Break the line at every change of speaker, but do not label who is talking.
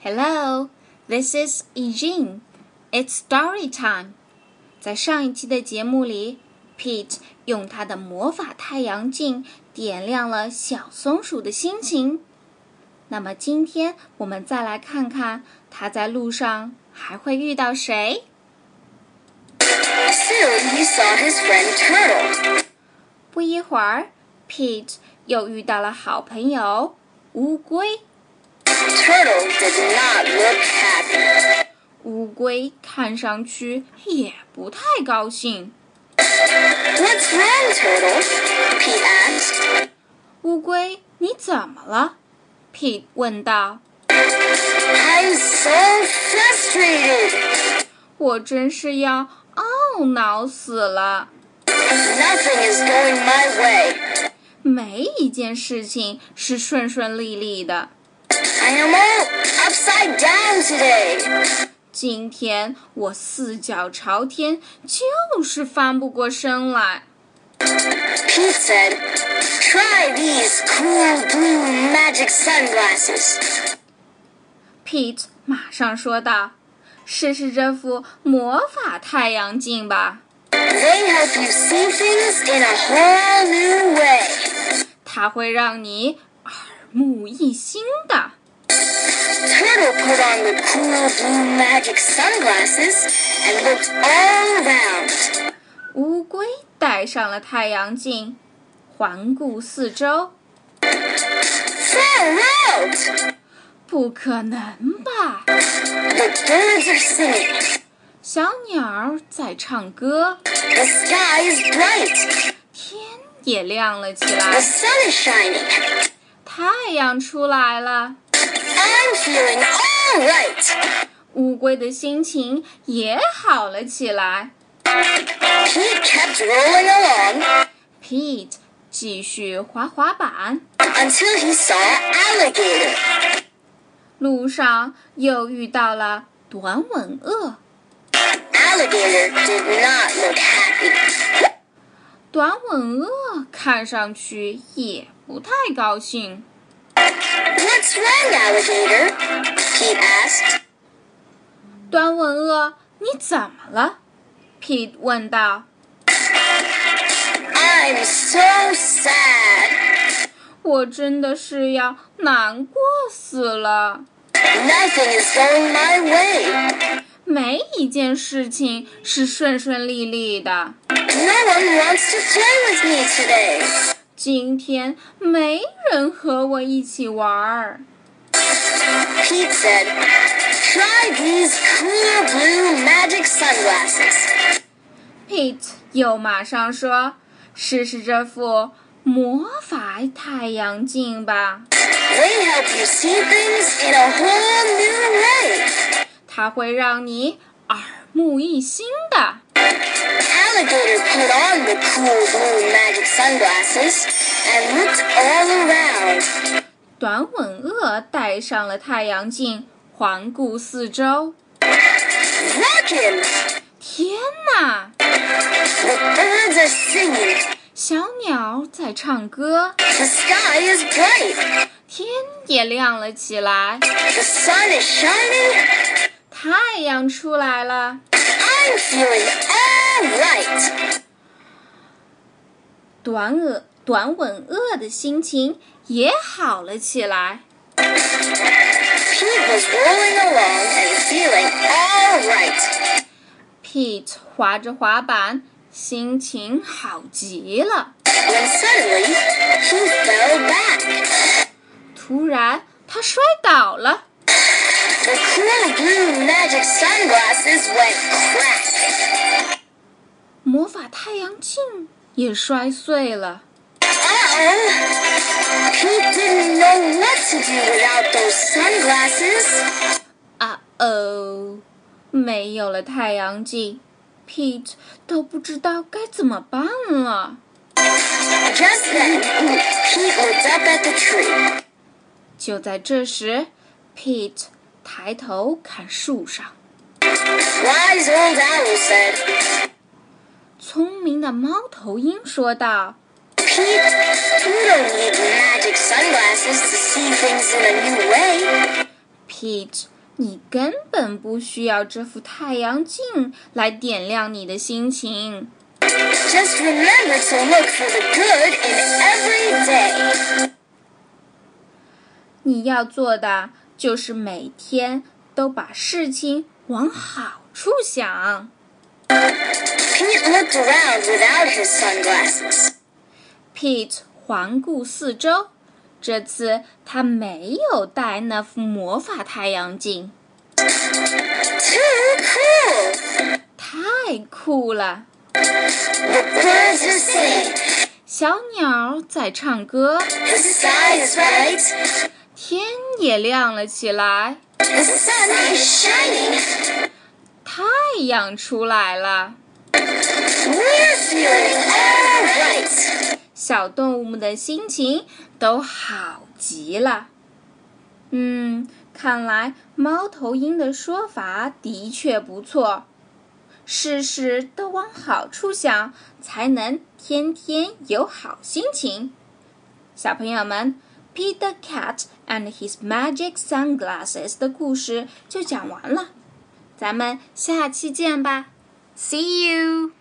Hello, this is Eugene. It's story time. 在上一期的节目里，Pete 用他的魔法太阳镜点亮了小松鼠的心情。那么今天我们再来看看他在路上还会遇到谁。
Soon he saw his friend Turtle.
不一会儿，Pete 又遇到了好朋友乌龟。
Turtle did not look happy.
乌龟看上去也不太高兴。
What's wrong, Turtle? Pete asked.
乌龟，你怎么了？Pete 问道。
I'm so frustrated.
我真是要懊恼死了，
Nothing is going my way.
没一件事情是顺顺利利的。
I am all upside down today.
今天我四脚朝天，就是翻不过身来。
Pete said, Try these cool blue magic sunglasses.
Pete 马上说道：“试试这副魔法太阳镜吧，
They help you see things in a whole new way.
它会让你耳目一新的。
Turtle put on the cool blue magic sunglasses and looked all around. ”
乌龟戴上了太阳镜，环顾四周。
Farewell!
不可能吧？
The birds are singing.
小鸟儿在唱歌，
The sky is bright.
天也亮了起
The
来，
sun is shining.
太阳出来了，
I'm feeling all right.
乌龟的心情也好了起来。
Pete kept rolling along
Pete 继续滑滑板，
until he saw alligator.
路上又遇到了短吻鳄。
Alligator did not look happy.
短吻鳄看上去也不太高兴。
What's wrong, alligator? Pete asked.
短吻鳄，你怎么了？Pete 问道。
I'm so sad.
我真的是要难过死了。
Nothing is going my way.
没一件事情是顺顺利利的。
No one wants to play with me today.
今天没人和我一起玩儿。
Pete said, Try these cool blue magic sunglasses.
Pete 又马上说：“试试这副魔法太阳镜吧，
They help you see things in a whole new way.
它会让你耳目一新的。
Alligator put on the cool blue magic sunglasses and looked all around. ”
短吻鳄戴上了太阳镜，环顾四周。
Rockin'!
天哪！
The birds are singing.
小鸟在唱歌，
The sky is bright.
天也亮了起来，
The sun is shining.
太阳出来了。
I'm feeling all right.
短鳄短吻鳄的心情也好了起来。
Pete was rolling along and feeling all right.
Pete 滑着滑板，心情好极了。
When suddenly, he fell back.
突然，他摔倒了，
The cool blue magic sunglasses went crack.
魔法太阳镜也摔碎了。
Uh-oh! Pete didn't know what to do without those sunglasses.
啊哦，没有了太阳镜，Pete 都不知道该怎么办了。
Just then, Pete looked up at the tree.
就在这时，Pete 抬头看树上，
Wise old owl said,
聪明的猫头鹰说道
Pete, you don't need magic sunglasses to see things in a new way.：“
Pete，你根本不需要这副太阳镜来点亮你的心情。
Just remember to look for the good in every day.
你要做的就是每天都把事情往好处想。
Pete looked around without his sunglasses.
Pete 环顾四周，这次他没有带那副魔法太阳镜，
Too cool!
太酷了！
The birds are singing,
小鸟在唱歌，
the sky is bright,
天也亮了起来，
the sun is shining.
太阳出来了。
We're feeling all right.
小动物们的心情都好极了。嗯，看来猫头鹰的说法的确不错，事事都往好处想，才能天天有好心情。小朋友们，Peter Cat and His Magic Sunglasses 的故事就讲完了，咱们下期见吧，See you。